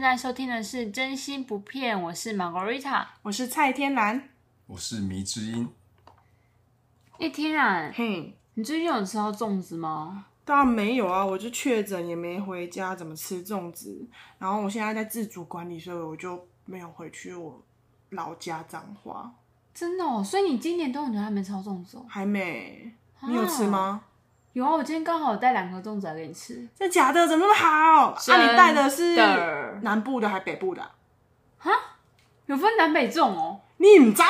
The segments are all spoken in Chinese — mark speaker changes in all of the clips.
Speaker 1: 在收听的是《真心不骗》，我是 Margarita。
Speaker 2: 我是蔡天蓝。
Speaker 3: 我是迷之音，
Speaker 1: 哎，天然，
Speaker 2: 嘿，
Speaker 1: 你最近有吃到粽子吗？
Speaker 2: 当然没有啊，我就确诊也没回家，怎么吃粽子？然后我现在在自主管理，所以我就没有回去我老家彰化，
Speaker 1: 真的哦，所以你今年冬至还没吃到粽子哦？
Speaker 2: 还没。
Speaker 1: 啊
Speaker 2: 你有吃吗？
Speaker 1: 有啊，我今天刚好有带两颗粽子来给你吃。
Speaker 2: 这假的怎么那么好？啊，你带的是
Speaker 1: 真的
Speaker 2: 南部的还北部的啊、
Speaker 1: 有分南北粽哦，
Speaker 2: 你唔知？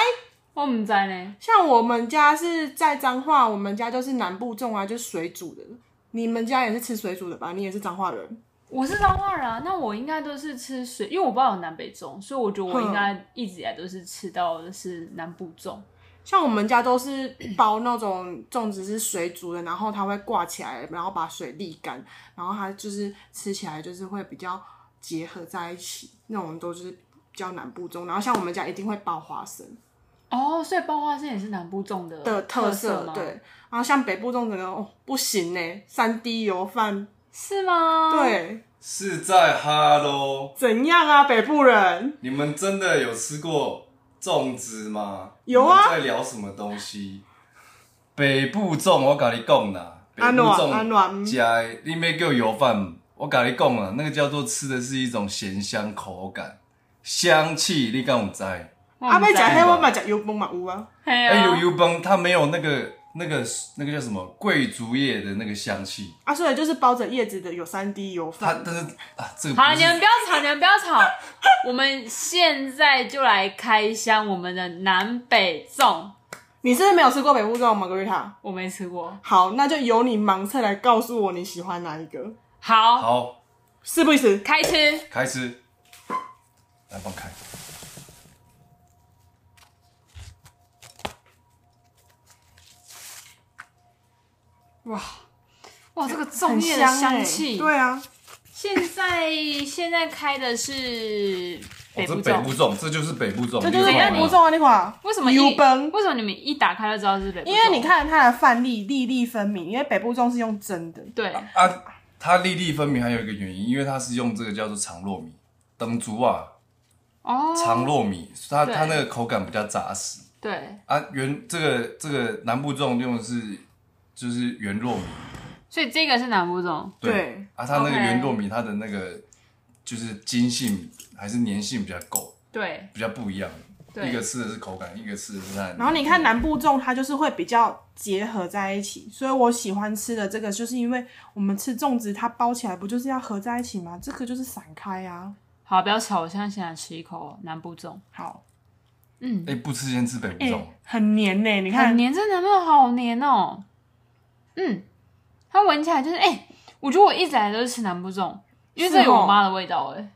Speaker 1: 我唔知呢。
Speaker 2: 像我们家是在彰化，我们家就是南部种啊，就是水煮的。你们家也是吃水煮的吧？你也是彰化人，
Speaker 1: 我是彰化人啊，那我应该都是吃水，因为我不知道有南北粽，所以我觉得我应该一直以来都是吃到的是南部粽。
Speaker 2: 像我们家都是包那种粽子是水煮的，然后它会挂起来，然后把水沥干，然后它就是吃起来就是会比较结合在一起，那种都是比较南部粽。然后像我们家一定会包花生
Speaker 1: 哦，所以包花生也是南部粽的
Speaker 2: 的特
Speaker 1: 色吗？
Speaker 2: 对，，然后像北部粽整个哦不行呢，三滴油饭，
Speaker 1: 是吗？，
Speaker 2: 对，
Speaker 3: 是在哈喽。
Speaker 2: 怎样啊，北部人？
Speaker 3: 你们真的有吃过粽子吗？
Speaker 2: 有啊
Speaker 3: 你们在聊什么东西？北部粽，我跟你讲啦，北
Speaker 2: 安
Speaker 3: 部
Speaker 2: 暖安暖
Speaker 3: 粽加里面叫油饭，我跟你讲啊，那个叫做吃的是一种咸香口感，香气你敢有知？哎、
Speaker 2: 阿妹
Speaker 1: 讲
Speaker 2: 讲黑
Speaker 3: 道
Speaker 2: 我嘛讲油崩嘛有啊，
Speaker 1: 嘿啊
Speaker 3: 油油崩它没哎有那个那个那个叫什么桂竹叶的那个香气，
Speaker 2: 啊，所以就是包着叶子的有三滴油
Speaker 3: 它
Speaker 2: 饭。
Speaker 3: 但是啊，这个不
Speaker 1: 好，你们
Speaker 3: 是
Speaker 1: 不要吵，你们不要吵，我们现在就来开箱我们的南北粽，
Speaker 2: 你是不是没有吃过北部粽，Margarita？
Speaker 1: 我没吃过。
Speaker 2: 好，那就由你盲测来告诉我你喜欢哪一个，
Speaker 1: 好，
Speaker 3: 好
Speaker 2: 是不是？
Speaker 1: 开吃。
Speaker 3: 开吃，来帮开。
Speaker 1: 哇哇，这个粽
Speaker 2: 很
Speaker 1: 叶
Speaker 2: 香
Speaker 1: 的
Speaker 2: 欸
Speaker 1: 香气。
Speaker 2: 对啊，
Speaker 1: 现在现在开的是
Speaker 3: 哦，
Speaker 1: 北
Speaker 3: 这
Speaker 1: 部
Speaker 3: 北部
Speaker 1: 粽。
Speaker 3: 粽，这就是北部粽，
Speaker 2: 这就是
Speaker 3: 你知
Speaker 2: 北
Speaker 3: 道吗
Speaker 2: 部粽啊，那款
Speaker 1: 为什么一
Speaker 2: 油崩？
Speaker 1: 为什么你们一打开就知道是北部粽？
Speaker 2: 因为你，看它的饭粒粒粒分明，因为北部粽是用蒸的。
Speaker 1: 对，
Speaker 3: 啊，它粒粒分明还有一个原因，因为它是用这个叫做长糯米，等足啊，
Speaker 1: 哦，
Speaker 3: 长糯米，它
Speaker 1: 对
Speaker 3: 它那个口感比较扎实
Speaker 1: 对，
Speaker 3: 啊。原这个这个南部粽用的是就是圆糯米，
Speaker 1: 所以这个是南部粽。
Speaker 2: 对
Speaker 3: 啊，它那个
Speaker 1: OK
Speaker 3: 圆糯米它的那个就是筋性还是粘性比较够，
Speaker 1: 对
Speaker 3: 比较不一样。
Speaker 1: 对
Speaker 3: 一个吃的是口感，一个吃的是它的。
Speaker 2: 然后你看，南部粽，它就是会比较结合在一起，所以我喜欢吃的这个，就是因为我们吃粽子，它包起来不就是要合在一起吗？这个就是散开啊。
Speaker 1: 好，不要吵，我现在想吃一口南部粽。
Speaker 2: 好，
Speaker 1: 嗯，
Speaker 3: 哎、不吃先吃北部粽，哦
Speaker 2: 欸很黏呢、你看
Speaker 1: 很，黏，这南部好黏哦。嗯，它闻起来就是，哎、我觉得我一直以来都是吃南部粽，因为
Speaker 2: 是
Speaker 1: 这有
Speaker 2: 哦
Speaker 1: 我妈的味道、哎。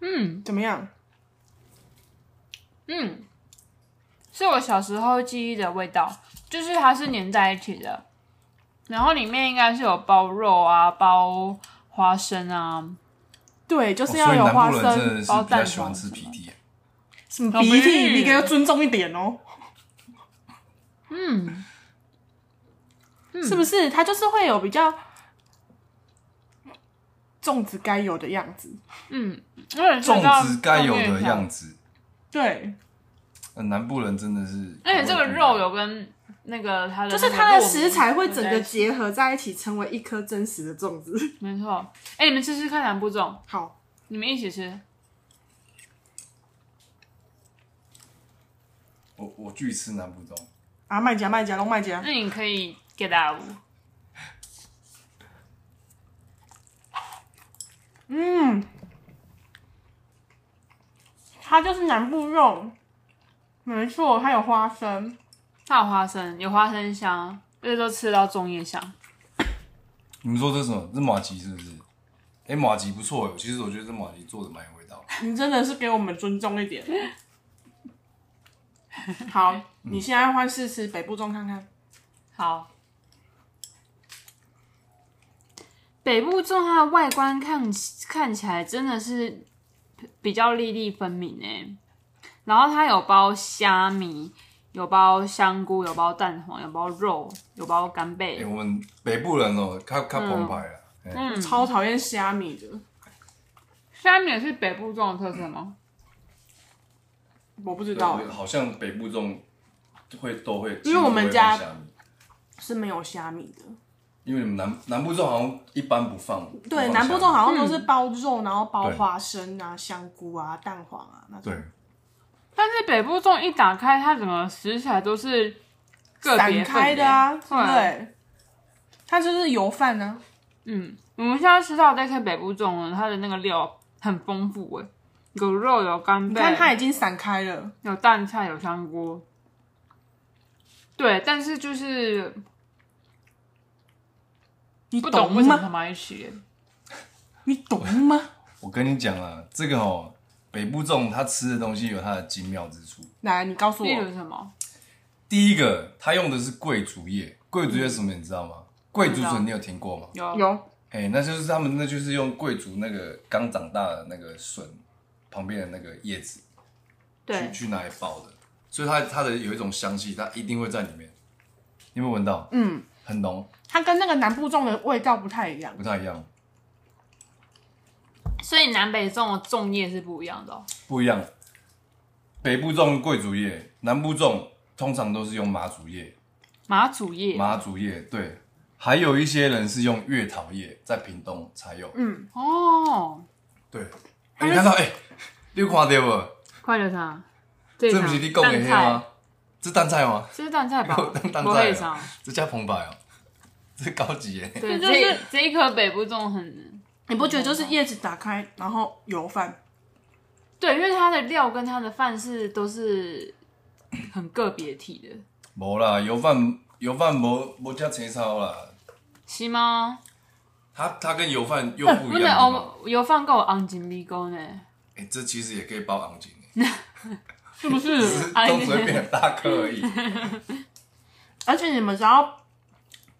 Speaker 1: 嗯
Speaker 2: 怎么样？
Speaker 1: 嗯，是我小时候记忆的味道，就是它是粘在一起的，然后里面应该是有包肉啊，包花生啊，
Speaker 2: 对，就是
Speaker 3: 哦所
Speaker 2: 要
Speaker 3: 以
Speaker 2: 有花
Speaker 3: 南部人
Speaker 2: 生
Speaker 3: 真。的是
Speaker 1: 包
Speaker 3: 比较
Speaker 1: 蛋
Speaker 3: 喜欢
Speaker 1: 黄
Speaker 3: 吃啊
Speaker 1: 什么
Speaker 3: 鼻涕。
Speaker 2: 什么鼻
Speaker 1: 小
Speaker 2: 涕？
Speaker 1: 鼻
Speaker 2: 你给他尊重一点哦、
Speaker 1: 嗯，
Speaker 2: 是不是？它就是会有比较粽子该有的样子。
Speaker 1: 嗯，有点吃到
Speaker 3: 粽子该有的样
Speaker 1: 子。
Speaker 3: 子，
Speaker 2: 对，
Speaker 3: 呃南部人真的是，
Speaker 1: 而且这个肉有跟那个它的，
Speaker 2: 就是它的食材会整个，结合在一起，成为一颗真实的粽子。
Speaker 1: 没错。哎、你们试试看南部粽，
Speaker 2: 好，
Speaker 1: 你们一起吃。
Speaker 3: 我我拒吃南部粽，
Speaker 2: 啊，卖家卖家龙卖家，
Speaker 1: 那你可以 get out。
Speaker 2: 嗯，它就是南部肉，没错，它有花生。
Speaker 1: 它有花生，有花生香，这都吃到粽叶香。
Speaker 3: 你们说这是什么？这马吉是不是？哎、马吉不错哎，其实我觉得这马吉做的蛮有味道。
Speaker 2: 你真的是给我们尊重一 点。好，你现在换试吃北部粽看看。
Speaker 1: 好，北部粽它的外观看起看起来真的是欸比较粒粒分明诶，然后它有包虾米，有包香菇，有包蛋黄，有包肉，有包干
Speaker 3: 欸
Speaker 1: 贝。
Speaker 3: 我们北部人哦，较较
Speaker 2: 嗯
Speaker 3: 澎湃啦。欸
Speaker 1: 嗯
Speaker 2: 我超讨厌虾米的，
Speaker 1: 虾米也是北部粽的特色吗？
Speaker 2: 我不知道
Speaker 3: 对好像北部这种会都会，
Speaker 2: 因为我们家
Speaker 3: 几乎都会放虾米
Speaker 2: 是没有虾米的。
Speaker 3: 因为你们南南部粽好像一般不放，不
Speaker 2: 对，
Speaker 3: 放
Speaker 2: 南部
Speaker 3: 虾米
Speaker 2: 粽好像都
Speaker 1: 嗯
Speaker 2: 是包肉，然后包
Speaker 3: 对
Speaker 2: 花生啊、香菇啊、蛋黄啊那种。
Speaker 3: 对，
Speaker 1: 但是北部粽一打开，它整个食材都是个别嗯
Speaker 2: 散
Speaker 1: 分
Speaker 2: 开的啊，对
Speaker 1: 对
Speaker 2: 不对？它就是油饭啊呢、
Speaker 1: 嗯，我们现在吃到这些北部粽呢，它的那个料很丰富诶，有肉有干
Speaker 2: 你
Speaker 1: 贝，
Speaker 2: 看它已经散开了，
Speaker 1: 有蛋菜有香菇。对，但是就是
Speaker 2: 你
Speaker 1: 不懂为什么他
Speaker 2: 吗？
Speaker 1: 们要一起耶。
Speaker 2: 你懂吗？
Speaker 3: 我跟你讲啊，这个哦，北部粽它吃的东西有它的精妙之处。
Speaker 2: 来，你告诉
Speaker 1: 例如
Speaker 2: 我，
Speaker 1: 什么？
Speaker 3: 第一个，它用的是桂竹叶，桂竹叶是什么你知道吗？桂
Speaker 1: 嗯
Speaker 3: 竹
Speaker 1: 知道
Speaker 3: 笋你有听过吗？
Speaker 1: 有
Speaker 2: 有
Speaker 3: 哎、那就是他们那就是用桂竹那个刚长大的那个笋旁边的那个叶子去
Speaker 1: 对，
Speaker 3: 去拿来爆的，所以它它的有一种香气，它一定会在里面。你有没有闻到？
Speaker 2: 嗯，
Speaker 3: 很浓，
Speaker 2: 它跟那个南部粽的味道不太一样。
Speaker 3: 不太一样，
Speaker 1: 所以南北粽的粽叶是不一样的、哦。
Speaker 3: 不一样。北部种桂竹叶，南部种通常都是用麻竹叶，
Speaker 1: 马祖叶，
Speaker 3: 麻竹叶对，还有一些人是用月桃叶，在屏东才有。
Speaker 2: 嗯，
Speaker 1: 哦，
Speaker 3: 对，哎你看到哎、你有看到无？
Speaker 1: 快点上，这
Speaker 3: 这不是你讲的
Speaker 1: 啊蛋
Speaker 3: 那
Speaker 1: 菜
Speaker 3: 吗？这蛋菜吗？？
Speaker 1: 这是蛋菜吧
Speaker 3: 蛋
Speaker 1: 不会
Speaker 3: 菜
Speaker 1: 上
Speaker 3: 啊，，这加澎湃哦， 这高级耶！
Speaker 1: 对，
Speaker 2: 这就
Speaker 1: 这
Speaker 2: 是
Speaker 1: 这一颗北部粽很，
Speaker 2: 你不觉得就是叶子打开，然后油饭？
Speaker 1: 对，因为它的料跟它的饭是都是很个别体的，
Speaker 3: 无啦，油饭油饭无无加青烧啦，
Speaker 1: 是吗？
Speaker 3: 它它跟油饭又 不
Speaker 1: 我
Speaker 3: 一
Speaker 1: 的
Speaker 3: 样的嘛。
Speaker 1: 哦，有放够昂金米糕呢，
Speaker 3: 哎、这其实也可以包昂金耶，
Speaker 1: 是不
Speaker 3: 只是
Speaker 1: 是？
Speaker 3: 都随便很大颗 而已。
Speaker 2: 而且你们知道，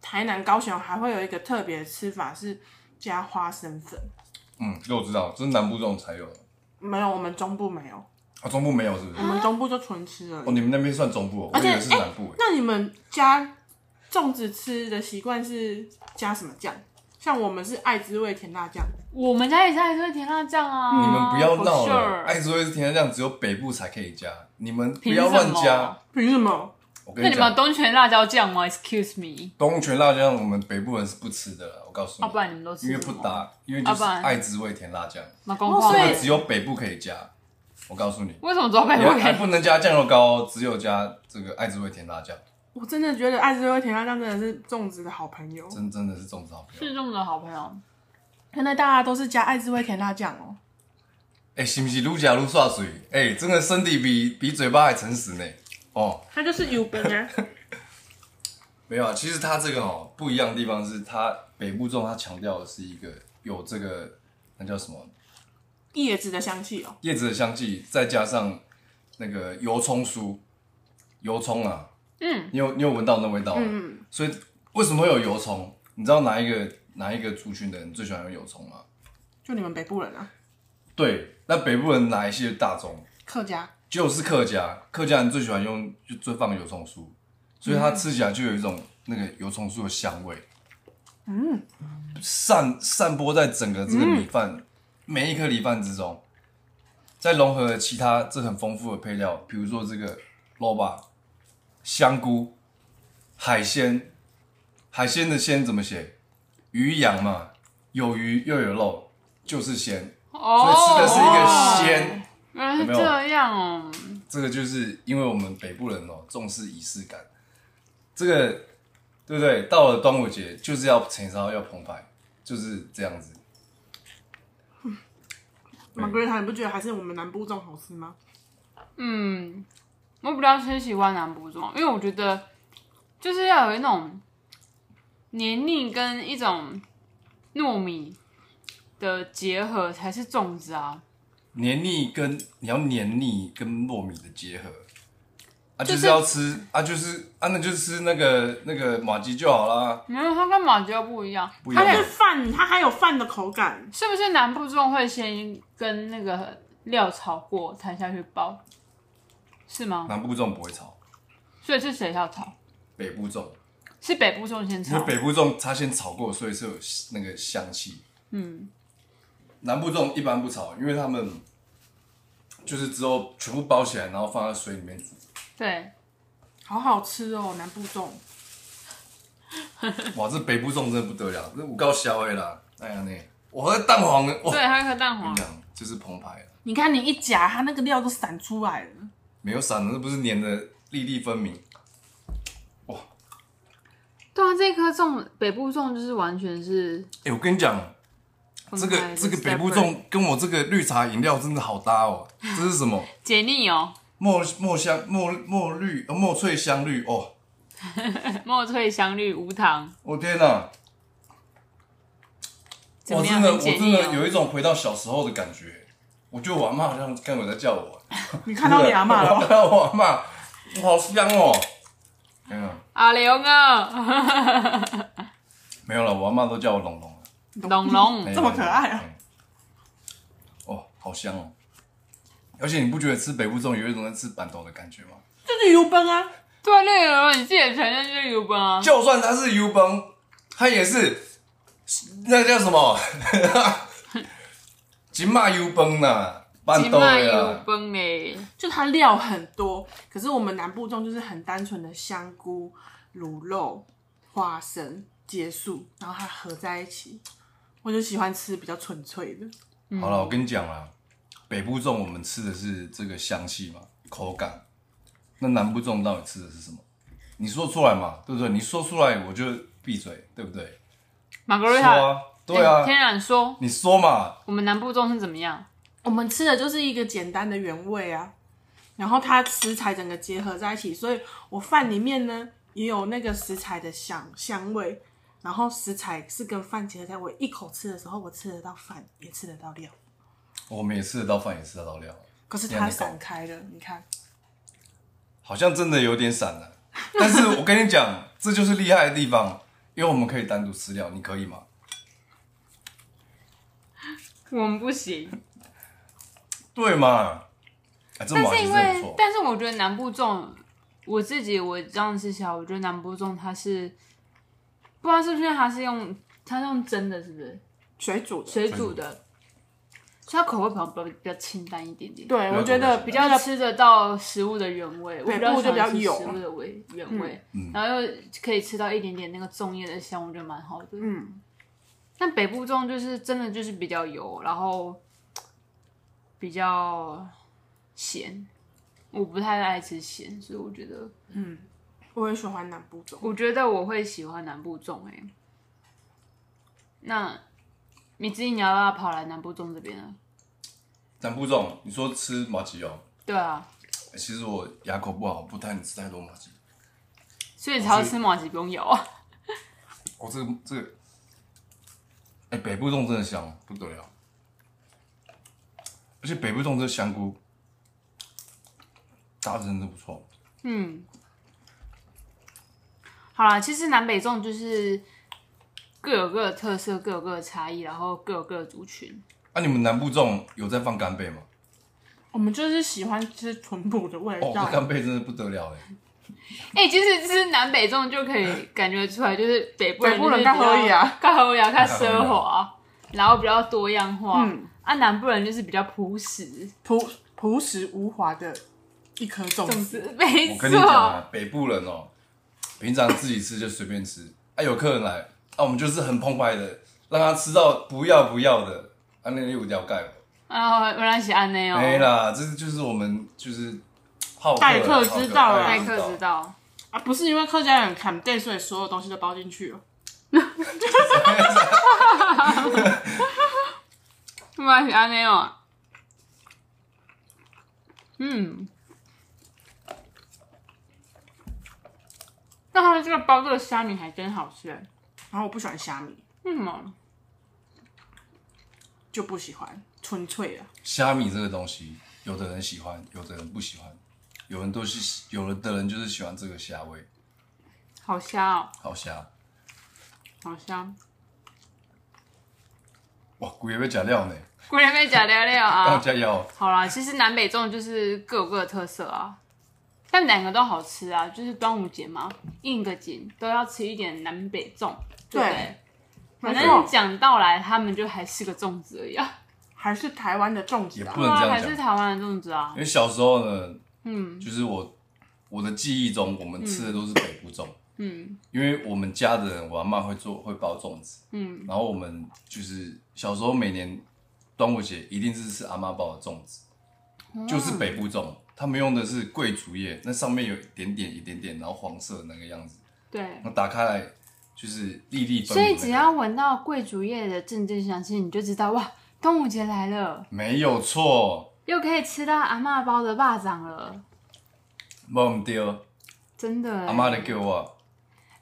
Speaker 2: 台南、高雄还会有一个特别的吃法是加花生粉，
Speaker 3: 嗯，这我知道，这是南部这种才有的，
Speaker 2: 没有，我们中部没有，
Speaker 3: 啊，中部没有是不是
Speaker 2: 我？们中部就纯吃而已哎
Speaker 3: 哦，。你们那边算中部、哦，我以为是南
Speaker 1: 哎
Speaker 3: 部耶、
Speaker 2: 那你们家粽子吃的习惯是加什么酱？像我们是爱滋味甜辣酱，
Speaker 1: 我们家也是爱吃甜辣酱啊，
Speaker 3: 你们不要闹
Speaker 1: for
Speaker 3: 了，哎
Speaker 1: sure
Speaker 3: 爱滋味是甜酱，只有北部才可以加，你们不要乱
Speaker 1: 凭什
Speaker 3: 加
Speaker 1: 么。
Speaker 2: 凭什么？
Speaker 3: 我跟
Speaker 1: 那
Speaker 3: 你
Speaker 1: 你们
Speaker 3: 讲
Speaker 1: 有，东泉辣椒酱吗？Excuse me，
Speaker 3: 东泉辣椒我们北部人是不吃的啦，我告诉
Speaker 1: 啊，
Speaker 3: 你
Speaker 1: 不，然你们都吃
Speaker 3: 因为不搭，因为就
Speaker 1: 啊
Speaker 3: 是
Speaker 1: 不然
Speaker 3: 爱滋味甜辣酱，
Speaker 1: 马公
Speaker 2: 哦
Speaker 1: 花
Speaker 2: 所
Speaker 3: 这
Speaker 2: 以
Speaker 3: 个只有北部可以加。我告诉你，
Speaker 1: 为什么左北
Speaker 3: 你还
Speaker 1: 不
Speaker 3: 还
Speaker 1: 可以？
Speaker 3: 不能加酱油膏哦，只有加这个爱滋味甜辣酱，
Speaker 2: 我真的觉得爱滋味甜辣酱真的是粽子的好朋友，
Speaker 3: 真真的是中招朋友。
Speaker 1: 是这么的好朋友，
Speaker 2: 原来大家都是加爱滋味甜辣酱哦。
Speaker 3: 哎、是不是愈加愈刷水？哎、真的身体比比嘴巴还诚实呢。哦，
Speaker 2: 它就是油饼啊，
Speaker 3: 没有啊，其实它这个哦不一样的地方是，它北部粽它强调的是一个有这个那叫什么
Speaker 2: 叶子的香气哦。
Speaker 3: 叶子的香气，再加上那个油葱酥，油葱啊，
Speaker 1: 嗯，
Speaker 3: 你有你有闻到那味道吗？
Speaker 2: 嗯，
Speaker 3: 所以为什么会有油葱？你知道哪一个哪一个族群的人最喜欢用油葱吗？
Speaker 2: 就你们北部人啊，
Speaker 3: 对，那北部人哪一些大宗？
Speaker 2: 客家
Speaker 3: 就是客家，客家人最喜欢用就最放油葱酥，所以它吃起来就有一种那个油葱酥的香味，嗯，散散播在整个这个米饭、每一颗米饭之中，再融合了其他这很丰富的配料，比如说这个萝卜、香菇、海鲜，海鲜的鲜怎么写？鱼羊嘛，有鱼又有肉，就是鲜，所以吃的是
Speaker 1: 哦
Speaker 3: 一个鲜。
Speaker 1: 原来是这样哦，
Speaker 3: 这个就是因为我们北部人哦重视仪式感，这个对不对？到了端午节就是要前烧要澎湃，就是这样子。对
Speaker 2: 马格丽塔，你不觉得还是我们南部粽好吃吗？
Speaker 1: 嗯，我比较是喜欢南部粽，因为我觉得就是要有一种黏腻跟一种糯米的结合才是粽子啊，
Speaker 3: 黏腻跟你要黏腻跟糯米的结合啊，
Speaker 1: 就
Speaker 3: 就是是要吃啊，就是啊，那就吃那个那个马吉就好啦。
Speaker 1: 没有它跟马吉又不一样，
Speaker 3: 不一
Speaker 1: 它
Speaker 3: 样
Speaker 1: 可以
Speaker 2: 是饭，它还有饭的口感。
Speaker 1: 是不是南部粽会先跟那个料炒过才下去包，是吗？
Speaker 3: 南部这种不会炒，
Speaker 1: 所以是谁要炒？
Speaker 3: 北部粽，
Speaker 1: 是北部粽先
Speaker 3: 因为
Speaker 1: 炒，
Speaker 3: 北部粽它先炒过，所以是有那个香气。
Speaker 1: 嗯，
Speaker 3: 南部粽一般不炒，因为他们就是之后全部包起来，然后放在水里面煮。
Speaker 1: 对，
Speaker 2: 好好吃哦，南部粽。
Speaker 3: 哇，这北部粽真的不得了，这五告小的啦！哎呀那，我喝蛋黄，
Speaker 1: 对，
Speaker 3: 哇，跟
Speaker 1: 还有一颗蛋黄
Speaker 3: 你，讲就是澎湃了，
Speaker 2: 你看你一夹，它那个料都散出来了。
Speaker 3: 没有散的，那不是粘的粒粒分明。
Speaker 1: 对啊，这颗粽北部粽就是完全是
Speaker 3: 哎、我跟你讲，
Speaker 1: 分
Speaker 3: 这
Speaker 1: 开
Speaker 3: 个
Speaker 1: 的
Speaker 3: 这个
Speaker 1: separate
Speaker 3: 北部粽跟我这个绿茶饮料真的好搭哦，这是什么？
Speaker 1: 解腻哦，
Speaker 3: 墨墨香墨墨绿呃墨翠香绿哦，
Speaker 1: 墨翠香绿无糖，
Speaker 3: 我、天哪！
Speaker 1: 怎
Speaker 3: 我
Speaker 1: 么
Speaker 3: 真
Speaker 1: 样？
Speaker 3: 的
Speaker 1: 很
Speaker 3: 我
Speaker 1: 解
Speaker 3: 真
Speaker 1: 腻
Speaker 3: 的有
Speaker 1: 哦。
Speaker 3: 一种回到小时候的感觉。我觉得我阿妈好像刚有在叫我，
Speaker 2: 你看到你阿妈了？
Speaker 3: 我看到 我阿妈，好香哦！天啊，
Speaker 1: 阿龙啊，
Speaker 3: 没有了，我阿妈都叫我龙龙了。
Speaker 1: 龙龙，
Speaker 3: 哎
Speaker 2: 这么可爱啊！
Speaker 3: 哎哦，好香哦！而且你不觉得吃北部粽有一种在吃板豆的感觉吗？
Speaker 2: 就是油崩啊！
Speaker 1: 对啊，那个人你自己也承认就是油崩啊，
Speaker 3: 就算它是 U 崩，它也是那叫什么？ 金马 U 崩呐，半豆
Speaker 1: 卖
Speaker 3: 呀
Speaker 1: 油，崩嘞，
Speaker 2: 就它料很多，可是我们南部粽就是很单纯的香菇、卤肉、花生、结束，然后它合在一起。我就喜欢吃比较纯粹的，
Speaker 3: 好了，我跟你讲啦，北部粽我们吃的是这个香气嘛，口感。那南部粽到底吃的是什么？你说出来嘛，对不对？你说出来我就闭嘴，对不对？
Speaker 1: 玛格丽
Speaker 3: 说
Speaker 1: 塔，
Speaker 3: 啊，对啊，
Speaker 1: 天然说
Speaker 3: 你说嘛，
Speaker 1: 我们南部粽是怎么样？
Speaker 2: 我们吃的就是一个简单的原味啊，然后它食材整个结合在一起，所以我饭里面呢也有那个食材的香香味，然后食材是跟饭结合在，我一口吃的时候，我吃得到饭，也吃得到料，
Speaker 3: 我们也吃得到饭，也吃得到料，
Speaker 2: 可是
Speaker 3: 两
Speaker 2: 它
Speaker 3: 个狗
Speaker 2: 散开了，你看，
Speaker 3: 好像真的有点散了。但是我跟你讲，这就是厉害的地方，因为我们可以单独吃掉，你可以吗？
Speaker 1: 我们不行，
Speaker 3: 对嘛？哎， 这
Speaker 1: 但
Speaker 3: 麻
Speaker 1: 是
Speaker 3: 吉
Speaker 1: 因
Speaker 3: 真的不
Speaker 1: 为
Speaker 3: 错，。
Speaker 1: 但是我觉得南部粽，我自己我这样吃起来，我觉得南部粽它是不知道是不是因为它是用它是用蒸的，是不是
Speaker 2: 水煮的，
Speaker 1: 水煮的？所以它口味比较比较比较清淡一点点，
Speaker 2: 对
Speaker 3: 不要
Speaker 2: 我觉
Speaker 3: 跟我
Speaker 2: 得
Speaker 3: 讲
Speaker 2: 比
Speaker 1: 比
Speaker 2: 较
Speaker 1: 较吃得到食物的原味，我
Speaker 2: 北
Speaker 1: 比
Speaker 2: 部
Speaker 1: 较喜
Speaker 2: 就比较嗯
Speaker 1: 欢吃
Speaker 2: 有
Speaker 1: 食物的味原味，然后又可以吃到一点点那个粽叶的香，我觉得蛮好的。
Speaker 2: 嗯。
Speaker 1: 但北部粽就是真的就是比较油，然后比较咸，我不太爱吃咸，所以我觉得
Speaker 2: 我也喜欢南部粽，
Speaker 1: 我觉得我会喜欢南部粽哎、欸。那米芝，你要不要跑来南部粽这边呢？
Speaker 3: 南部粽，你说吃麻吉哦，哎
Speaker 1: 对啊，
Speaker 3: 其实我牙口不好，不太能吃太多麻吉。
Speaker 1: 所以才要吃马吉不用油啊。
Speaker 3: 我、哦这个这个，哎、北部粽真的香，不得了。而且北部粽这香菇搭的真的不错，
Speaker 1: 嗯，好啦，其实南北粽就是各有各的特色，各有各的差异，然后各有各的族群。
Speaker 3: 那、啊你们南部粽有在放干贝吗？
Speaker 2: 我们就是喜欢吃淳朴的味
Speaker 3: 哦，
Speaker 2: 道。
Speaker 3: 这干贝真的不得了哎、
Speaker 1: 哎、其实吃南北粽就可以感觉出来，就是北部
Speaker 2: 北部人
Speaker 1: 就是比较
Speaker 2: 较合理啊，
Speaker 1: 较合理啊，较奢华，然后比较多样化。
Speaker 2: 嗯
Speaker 1: 啊，南部人就是比较朴实，
Speaker 2: 朴朴实无华的一颗粽
Speaker 1: 总之
Speaker 2: 子，
Speaker 1: 没
Speaker 3: 我跟你讲
Speaker 1: 错，
Speaker 3: 啊，北部人哦，平常自己吃就随便吃，啊，有客人来，啊，我们就是很澎湃的，让他吃到不要不要的，啊，那有条
Speaker 2: 哦
Speaker 3: 盖，
Speaker 1: 啊，原来是安内
Speaker 3: 没
Speaker 1: 哦，
Speaker 3: 啦，这就是我们就是好客啊
Speaker 2: 待客之道啊
Speaker 1: 耐克知道，
Speaker 2: 啊，不是因为客家人砍 day，所以所有东西都包进去了。哦
Speaker 1: 原来是安内哦。嗯，那他们这个包这个虾米还真好吃，
Speaker 2: 然后我不喜欢虾米，
Speaker 1: 为什么？
Speaker 2: 就不喜欢纯粹的。
Speaker 3: 虾米这个东西，有的人喜欢，有的人不喜欢，有人都是有的人就是喜欢这个虾味，
Speaker 1: 好虾哦，
Speaker 3: 好虾，
Speaker 1: 好虾，
Speaker 3: 哇，古也被假料呢，
Speaker 1: 果然被假聊聊啊
Speaker 3: 大。家要
Speaker 1: 好啦，其实南北粽就是各有各的特色啊。但两个都好吃啊，就是端午节嘛，应个景都要吃一点南北粽，对不对
Speaker 2: 对？
Speaker 1: 反
Speaker 2: 没错
Speaker 1: 正讲到来，他们就还是个粽子而已啊，
Speaker 2: 还是台湾的粽子
Speaker 3: 也
Speaker 2: 啊
Speaker 3: 不，能这样讲
Speaker 1: 还是台湾的粽子啊
Speaker 3: 因，为小时候呢，嗯，就是我我的记忆中，我们吃的都是北部粽，
Speaker 1: 嗯
Speaker 3: 因为我们家的人，我阿妈会做会包粽子，
Speaker 1: 嗯，
Speaker 3: 然后我们就是小时候每年端午节一定是吃阿妈包的粽子，就是北部粽，他们用的是桂竹叶，那上面有一点点一点点，然后黄色的那个样子，
Speaker 1: 对。
Speaker 3: 那打开来就是粒粒嗯分
Speaker 1: 所
Speaker 3: 明那
Speaker 1: 以
Speaker 3: 个。
Speaker 1: 只要闻到桂竹叶的阵阵香气，你就知道哇，端午节来了，
Speaker 3: 没有错，
Speaker 1: 又可以吃到阿嬷包的霸掌了，
Speaker 3: 忘掉
Speaker 1: 真的欸。
Speaker 3: 哦阿妈的给我。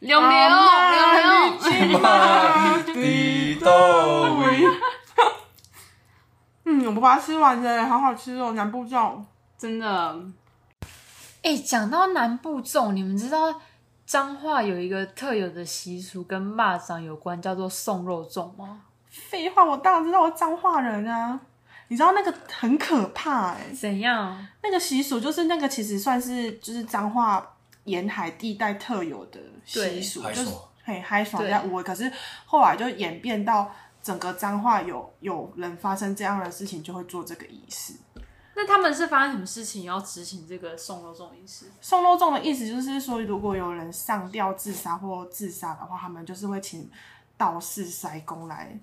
Speaker 1: 有没有？有没有？
Speaker 3: 妈
Speaker 1: 嗯
Speaker 3: 的到位，
Speaker 2: 嗯，我把它吃完了，好好吃哦，南部粽。
Speaker 1: 真的，
Speaker 4: 哎，讲到南部粽，你们知道彰化有一个特有的习俗跟蚂蚱有关，叫做送肉粽吗？
Speaker 2: 废话，我当然知道，我彰化人啊。你知道那个很可怕哎、
Speaker 4: 怎样？
Speaker 2: 那个习俗就是那个其实算是就是彰化沿海地带特有的习俗，
Speaker 3: 对
Speaker 2: 就是
Speaker 3: 嗨爽
Speaker 2: 很嗨爽
Speaker 4: 对
Speaker 2: 在屋。可是后来就演变到整个彰化有有人发生这样的事情，就会做这个仪式。
Speaker 4: 那他们是发生什么事情要执行这个送肉粽仪式？
Speaker 2: 送肉粽的意思就是说，如果有人上吊自杀或自杀的话，他们就是会请道士、筛工来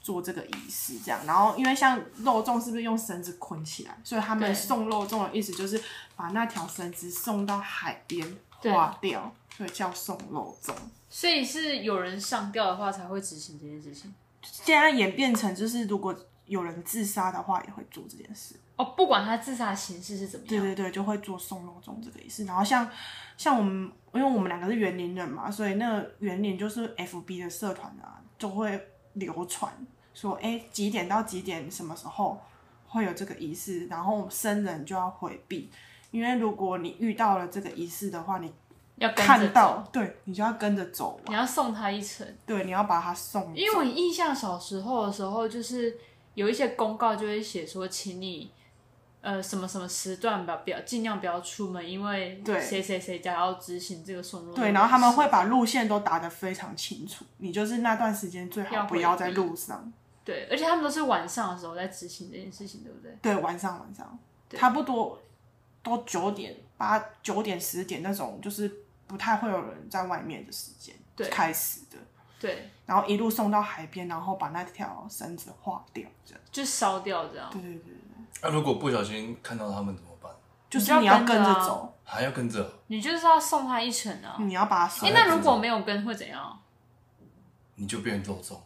Speaker 2: 做这个仪式，这样。然后，因为像肉粽是不是用绳子捆起来，所以他
Speaker 4: 对
Speaker 2: 们送肉粽的意思就是把那条绳子送到海边
Speaker 4: 对
Speaker 2: 化掉，所以叫送肉粽。
Speaker 4: 所以是有人上吊的话才会执行这件事情
Speaker 2: 现在演变成就是，如果有人自杀的话，也会做这件事。
Speaker 4: 哦，不管他自杀形式是怎么
Speaker 2: 对
Speaker 4: 样，
Speaker 2: 对对，就会做送肉粽这个仪式。然后像像我们，因为我们两个是园林人嘛，所以那个园林就是 FB 的社团啊，就会流传说，哎，几点到几点什么时候会有这个仪式，然后生人就要回避，因为如果你遇到了这个仪式的话，你
Speaker 4: 要跟着
Speaker 2: 看
Speaker 4: 走，
Speaker 2: 到，对你就要跟着走
Speaker 4: 你
Speaker 2: 完，
Speaker 4: 要送他一程。
Speaker 2: 对，你要把它送走，
Speaker 4: 因为我印象小时候的时候，就是有一些公告就会写说，请你呃什么什么时段吧，不要尽量不要出门，因为
Speaker 2: 对
Speaker 4: 谁谁谁家要执行这个送肉。
Speaker 2: 对，然后他们会把路线都打得非常清楚，你就是那段时间最
Speaker 4: 要
Speaker 2: 好不
Speaker 4: 回
Speaker 2: 要在
Speaker 4: 避
Speaker 2: 路上。
Speaker 4: 对，而且他们都是晚上的时候在执行这件事情，对不对？
Speaker 2: 对，晚上晚上，
Speaker 4: 对
Speaker 2: 差不多都九点八九点十点那种，就是不太会有人在外面的时间
Speaker 4: 对
Speaker 2: 开始的，
Speaker 4: 对，
Speaker 2: 然后一路送到海边，然后把那条绳子化掉，这样。
Speaker 4: 就烧掉这样。
Speaker 2: 对对对对，
Speaker 3: 那啊如果不小心看到他们怎么办？
Speaker 2: 就是
Speaker 4: 要
Speaker 2: 你要
Speaker 4: 跟
Speaker 2: 跟
Speaker 4: 着
Speaker 2: 着
Speaker 4: 啊
Speaker 2: 走，
Speaker 3: 还要跟着？
Speaker 4: 你就是要送他一程啊！
Speaker 2: 你要把它绳
Speaker 4: 哎、
Speaker 3: 哎
Speaker 4: 那如果没有跟会怎样？
Speaker 3: 你就变肉粽。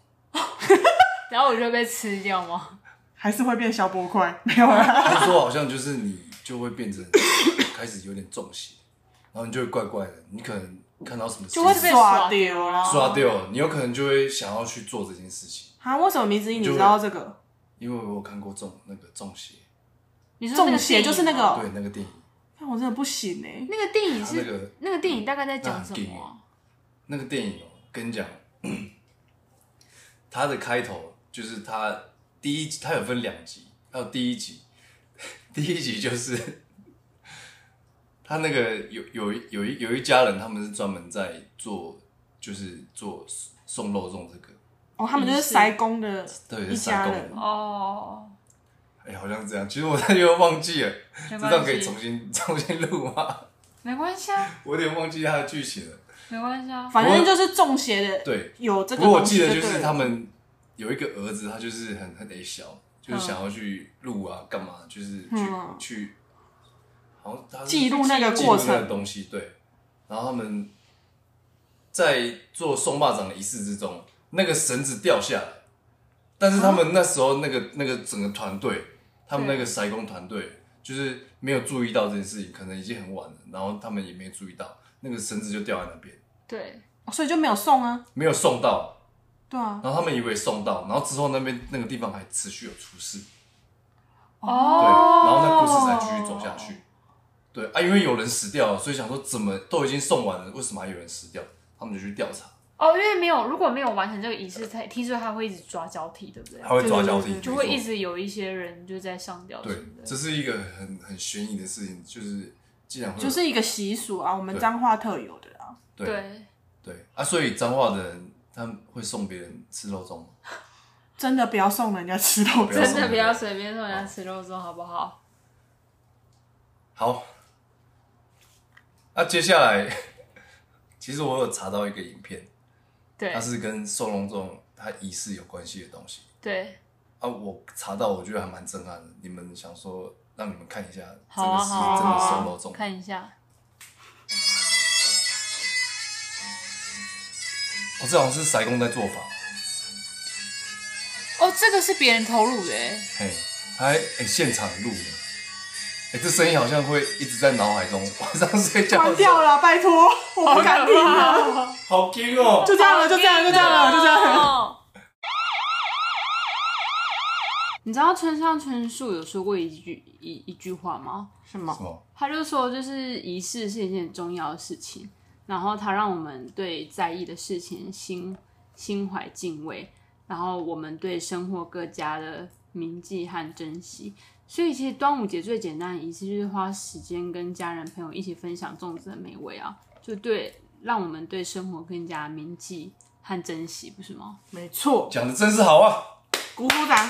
Speaker 4: 然后我就会被吃掉吗？
Speaker 2: 还是会变小波块，没有啦。
Speaker 3: 他说好像就是你就会变成开始有点中邪，然后你就会怪怪的，你可能看到什么事
Speaker 2: 就会
Speaker 4: 被
Speaker 3: 情
Speaker 2: 刷
Speaker 4: 刷
Speaker 2: 掉啊啦。
Speaker 3: 刷掉，你有可能就会想要去做这件事情，
Speaker 2: 啊？为什么迷之音你
Speaker 3: 就
Speaker 2: 知
Speaker 3: 会
Speaker 2: 道这个？
Speaker 3: 因为我有看过中那个中邪，
Speaker 4: 你说那个
Speaker 2: 中邪就是那
Speaker 4: 电影吗哦
Speaker 2: 个，
Speaker 3: 对那个电影，
Speaker 2: 但我真的不行哎、
Speaker 4: 那个电影
Speaker 3: 他
Speaker 4: 是、
Speaker 3: 那个
Speaker 4: 那个电影大概在讲什
Speaker 3: 那很
Speaker 4: 么
Speaker 3: 电
Speaker 4: 啊、
Speaker 3: 影那个电影哦，跟你讲， 它的开头就是它第一集，它有分两集，还有第一集， 第一集就是 他那个有有一有一有一家人，他们是专门在做就是做送肉粽这个，
Speaker 2: 哦，他们就是
Speaker 4: 仪式
Speaker 2: 塞工的
Speaker 3: 对，
Speaker 2: 一
Speaker 3: 是
Speaker 2: 家
Speaker 3: 三公
Speaker 2: 人，
Speaker 3: 的，
Speaker 4: 哦，
Speaker 3: 哎、好像是这样，其实我又忘记了，
Speaker 4: 没
Speaker 3: 这
Speaker 4: 关系
Speaker 3: 段可以重新重新录吗？
Speaker 4: 没关系啊，
Speaker 3: 我有点忘记它的剧情了。
Speaker 4: 没关系啊。
Speaker 2: 反正就是中邪的，
Speaker 3: 对，
Speaker 2: 有这个
Speaker 3: 不过我
Speaker 2: 东
Speaker 3: 记
Speaker 2: 西对
Speaker 3: 得
Speaker 2: 了。
Speaker 3: 就是他们有一个儿子，他就是很很得小，就是想要去录啊，干嘛，就是去、
Speaker 2: 嗯
Speaker 3: 去，好像他是
Speaker 2: 记录那个
Speaker 3: 记录
Speaker 2: 过
Speaker 3: 那个
Speaker 2: 程，
Speaker 3: 东西，对。然后他们在做送蚂蚱的仪式之中，那个绳子掉下来，但是他们那时候那个、那个整个团队，他们那个筛工团队就是没有注意到这件事情，可能已经很晚了，然后他们也没注意到那个绳子就掉在那边，
Speaker 4: 对，
Speaker 2: 所以就没有送啊。
Speaker 3: 没有送到。
Speaker 2: 对啊，
Speaker 3: 然后他们以为送到，然后之后那边那个地方还持续有出事，
Speaker 4: 哦，
Speaker 3: 对，然后那故事才继续走下去。对啊，因为有人死掉了，所以想说怎么都已经送完了，为什么还有人死掉？他们就去调查，
Speaker 4: 哦，因为没有，如果没有完成这个仪式，才听说他会一直抓交替，对不对？
Speaker 3: 还会抓交
Speaker 2: 对对
Speaker 3: 替，
Speaker 2: 对
Speaker 4: 就会一
Speaker 3: 没错
Speaker 4: 直有一些人就在上吊什
Speaker 3: 对
Speaker 2: 嗯
Speaker 4: 么，
Speaker 3: 这
Speaker 4: 的。
Speaker 3: 是一个很很悬疑的事情，就是竟然会有
Speaker 2: 就是一个习俗啊，我们
Speaker 3: 对
Speaker 2: 彰化特有的啊。
Speaker 3: 对对啊，所以彰化的人他们会送别人吃肉粽吗，
Speaker 2: 真的不要送人家吃肉
Speaker 3: 不要
Speaker 2: 粽，
Speaker 4: 真
Speaker 3: 送
Speaker 4: 的
Speaker 3: 人
Speaker 4: 不要随便送人家吃肉粽，好不好？
Speaker 3: 好，那、接下来其实我有查到一个影片，
Speaker 4: 对
Speaker 3: 它是跟送肉粽它仪式有关系的东西
Speaker 4: 对，
Speaker 3: 啊，我查到我觉得还蛮震撼的，你们想说让你们看一下这
Speaker 4: 好
Speaker 3: 个
Speaker 4: 啊
Speaker 3: 是
Speaker 4: 好啊
Speaker 3: 真的
Speaker 2: 好啊
Speaker 3: 送肉粽吗。
Speaker 4: 看一下，
Speaker 3: 哦，这好像是塞工在做法，
Speaker 4: 哦，这个是别人投入的欸，
Speaker 3: 嘿，还哎、现场录的，哎、这声音好像会一直在脑海中，晚上睡觉
Speaker 2: 关
Speaker 3: 的时候
Speaker 2: 掉了，拜托，我不敢听
Speaker 4: 啊
Speaker 2: 了。
Speaker 3: 好听哦、
Speaker 2: 就这样了，就这样，就这样了，就这样了。
Speaker 4: 哦，
Speaker 1: 你知道村上春树有说过一句一一句话吗？
Speaker 2: 什么
Speaker 3: 什？么？
Speaker 1: 他就说，就是仪式是一件很重要的事情，然后它让我们对在意的事情心心怀敬畏，然后我们对生活各家的铭记和珍惜。所以，其实端午节最简单的仪式就是花时间跟家人朋友一起分享粽子的美味啊，就对，让我们对生活更加铭记和珍惜，不是吗？
Speaker 2: 没错，
Speaker 3: 讲的真是好啊！
Speaker 2: 鼓鼓掌。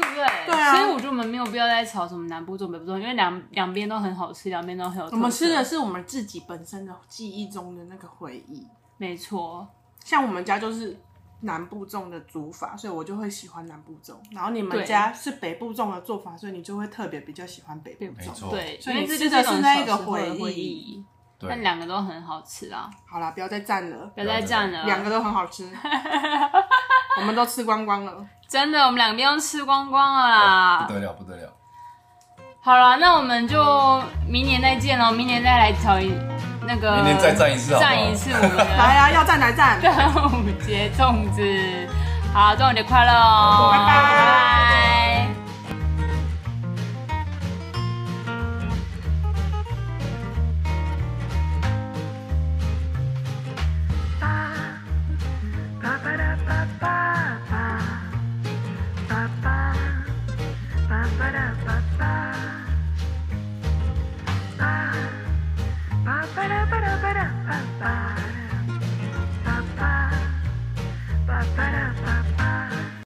Speaker 1: 对不对？
Speaker 2: 对啊
Speaker 1: 所以我觉得我们没有必要再吵什么南部粽、北部粽，因为两两边都很好吃，两边都很有特色。
Speaker 2: 我们吃的是我们自己本身的记忆中的那个回忆。
Speaker 1: 没错，
Speaker 2: 像我们家就是南部粽的煮法，所以我就会喜欢南部粽。然后你们
Speaker 1: 对
Speaker 2: 家是北部粽的做法，所以你就会特别比较喜欢北部
Speaker 3: 没
Speaker 2: 粽。
Speaker 3: 错，
Speaker 1: 对，
Speaker 2: 所以
Speaker 1: 因为
Speaker 2: 你
Speaker 1: 这
Speaker 2: 吃
Speaker 1: 就
Speaker 2: 的
Speaker 1: 一种
Speaker 2: 是那一个
Speaker 1: 小时候的
Speaker 2: 回忆
Speaker 1: 回忆，
Speaker 3: 对
Speaker 1: 但两个都很好吃啊！
Speaker 2: 好啦，不要再赞了，
Speaker 1: 不要再站了，
Speaker 2: 两个都很好 吃，我们都吃光光了。
Speaker 1: 真的，我们两边都吃光光了
Speaker 3: 哦
Speaker 1: 啦
Speaker 3: 不。得了，不得了！
Speaker 1: 好了，那我们就明年再见喽，明年再来挑一那个，
Speaker 3: 明年再站一次好不好
Speaker 1: 站一次我们
Speaker 2: 来
Speaker 1: 的
Speaker 2: 啊，要赞来 赞。
Speaker 1: 端 午节粽子。好，端午节快乐哦！
Speaker 3: 拜拜
Speaker 1: 拜拜
Speaker 5: 爸爸，爸爸，爸爸。